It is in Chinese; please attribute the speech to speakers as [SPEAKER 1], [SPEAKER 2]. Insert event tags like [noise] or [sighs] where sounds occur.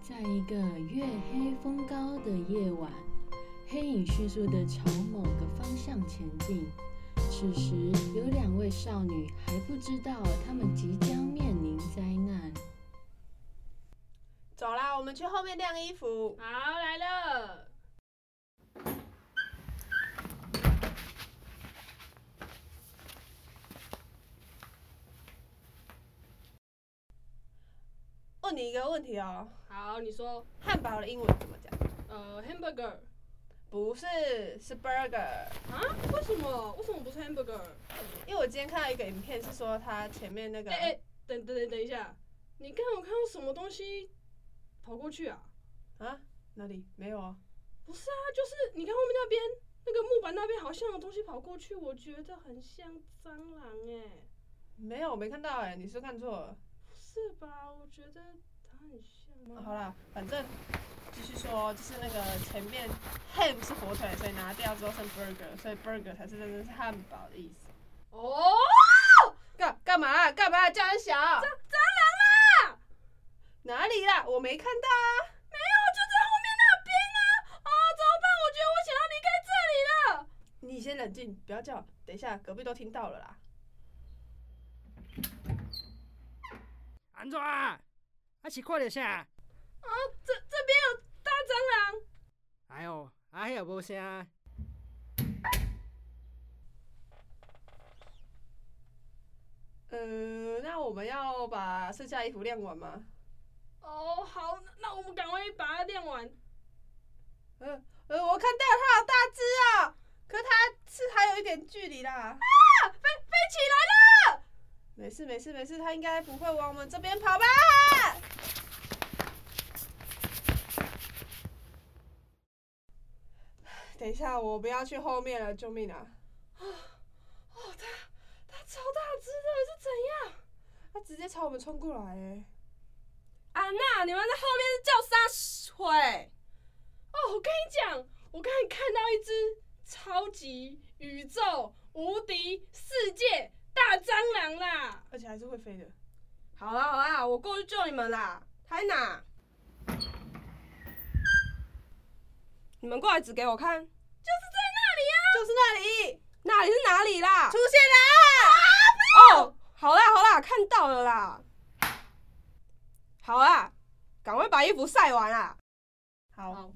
[SPEAKER 1] 在一个月黑风高的夜晚，黑影迅速地朝某个方向前进。此时，有两位少女还不知道她们即将面临灾难。
[SPEAKER 2] 走啦，我们去后面晾衣服。
[SPEAKER 3] 好，来了。
[SPEAKER 2] 问你一个问题哦，
[SPEAKER 3] 好，你说，
[SPEAKER 2] 汉堡的英文怎么讲？
[SPEAKER 3] 呃，hamburger
[SPEAKER 2] 不是，是 burger。
[SPEAKER 3] 啊？为什么？为什么不是 hamburger？
[SPEAKER 2] 因为我今天看到一个影片，是说它前面那个
[SPEAKER 3] 哎哎、等等等等一下，你刚刚有看到什么东西跑过去啊？
[SPEAKER 2] 啊哪里没有啊？
[SPEAKER 3] 不是啊，就是你看后面那边那个木板那边好像有东西跑过去，我觉得很像蟑螂哎、
[SPEAKER 2] 没有，我没看到哎、你是看错了。
[SPEAKER 3] 不是吧？我觉得它很像吗？
[SPEAKER 2] 好啦，反正继续说，就是那个前面 ham 是火腿，所以拿掉之后剩 burger，所以 burger 才是真正是汉堡的意思。
[SPEAKER 3] 哦，
[SPEAKER 2] 干干嘛啊干嘛啊叫人小？
[SPEAKER 3] 蟑螂啦！
[SPEAKER 2] 哪里啦？我没看到啊。
[SPEAKER 3] 没有，就在后面那边啊！啊，怎么办？我觉得我想要离开这里了。
[SPEAKER 2] 你先冷静，不要叫，等一下隔壁都听到了啦。
[SPEAKER 4] 安怎啊？啊是看着啥？
[SPEAKER 3] 啊，这这边有大蟑螂。
[SPEAKER 4] 哎哟，啊迄也无声。
[SPEAKER 2] 嗯，那我们要把剩下衣服晾完吗？
[SPEAKER 3] 哦，好，那那我们赶快把它练完。
[SPEAKER 2] 嗯呃，我看到它好大只啊、可它是还有一点距离啦。
[SPEAKER 3] 啊，飞飞起来了！
[SPEAKER 2] 没事没事没事，它应该不会往我们这边跑吧？ [sighs] 等一下，我不要去后面了，救命啊！
[SPEAKER 3] 哦，它它超大只的，是怎样？
[SPEAKER 2] 它直接朝我们冲过来、欸，
[SPEAKER 3] 安娜，你们在后面是叫啥鬼？哦，我跟你讲，我刚才看到一只超级宇宙无敌世界大蟑螂啦！
[SPEAKER 2] 而且还是会飞的。
[SPEAKER 3] 好啦好啦，我过去救你们啦！台哪？你们过来指给我看。就是在那里呀、
[SPEAKER 2] 就是那里
[SPEAKER 3] 哪里是哪里啦？
[SPEAKER 2] 出现啦！
[SPEAKER 3] 哦，好啦好啦，看到了啦。啊好啦，赶快把衣服晒完啦。
[SPEAKER 2] 好，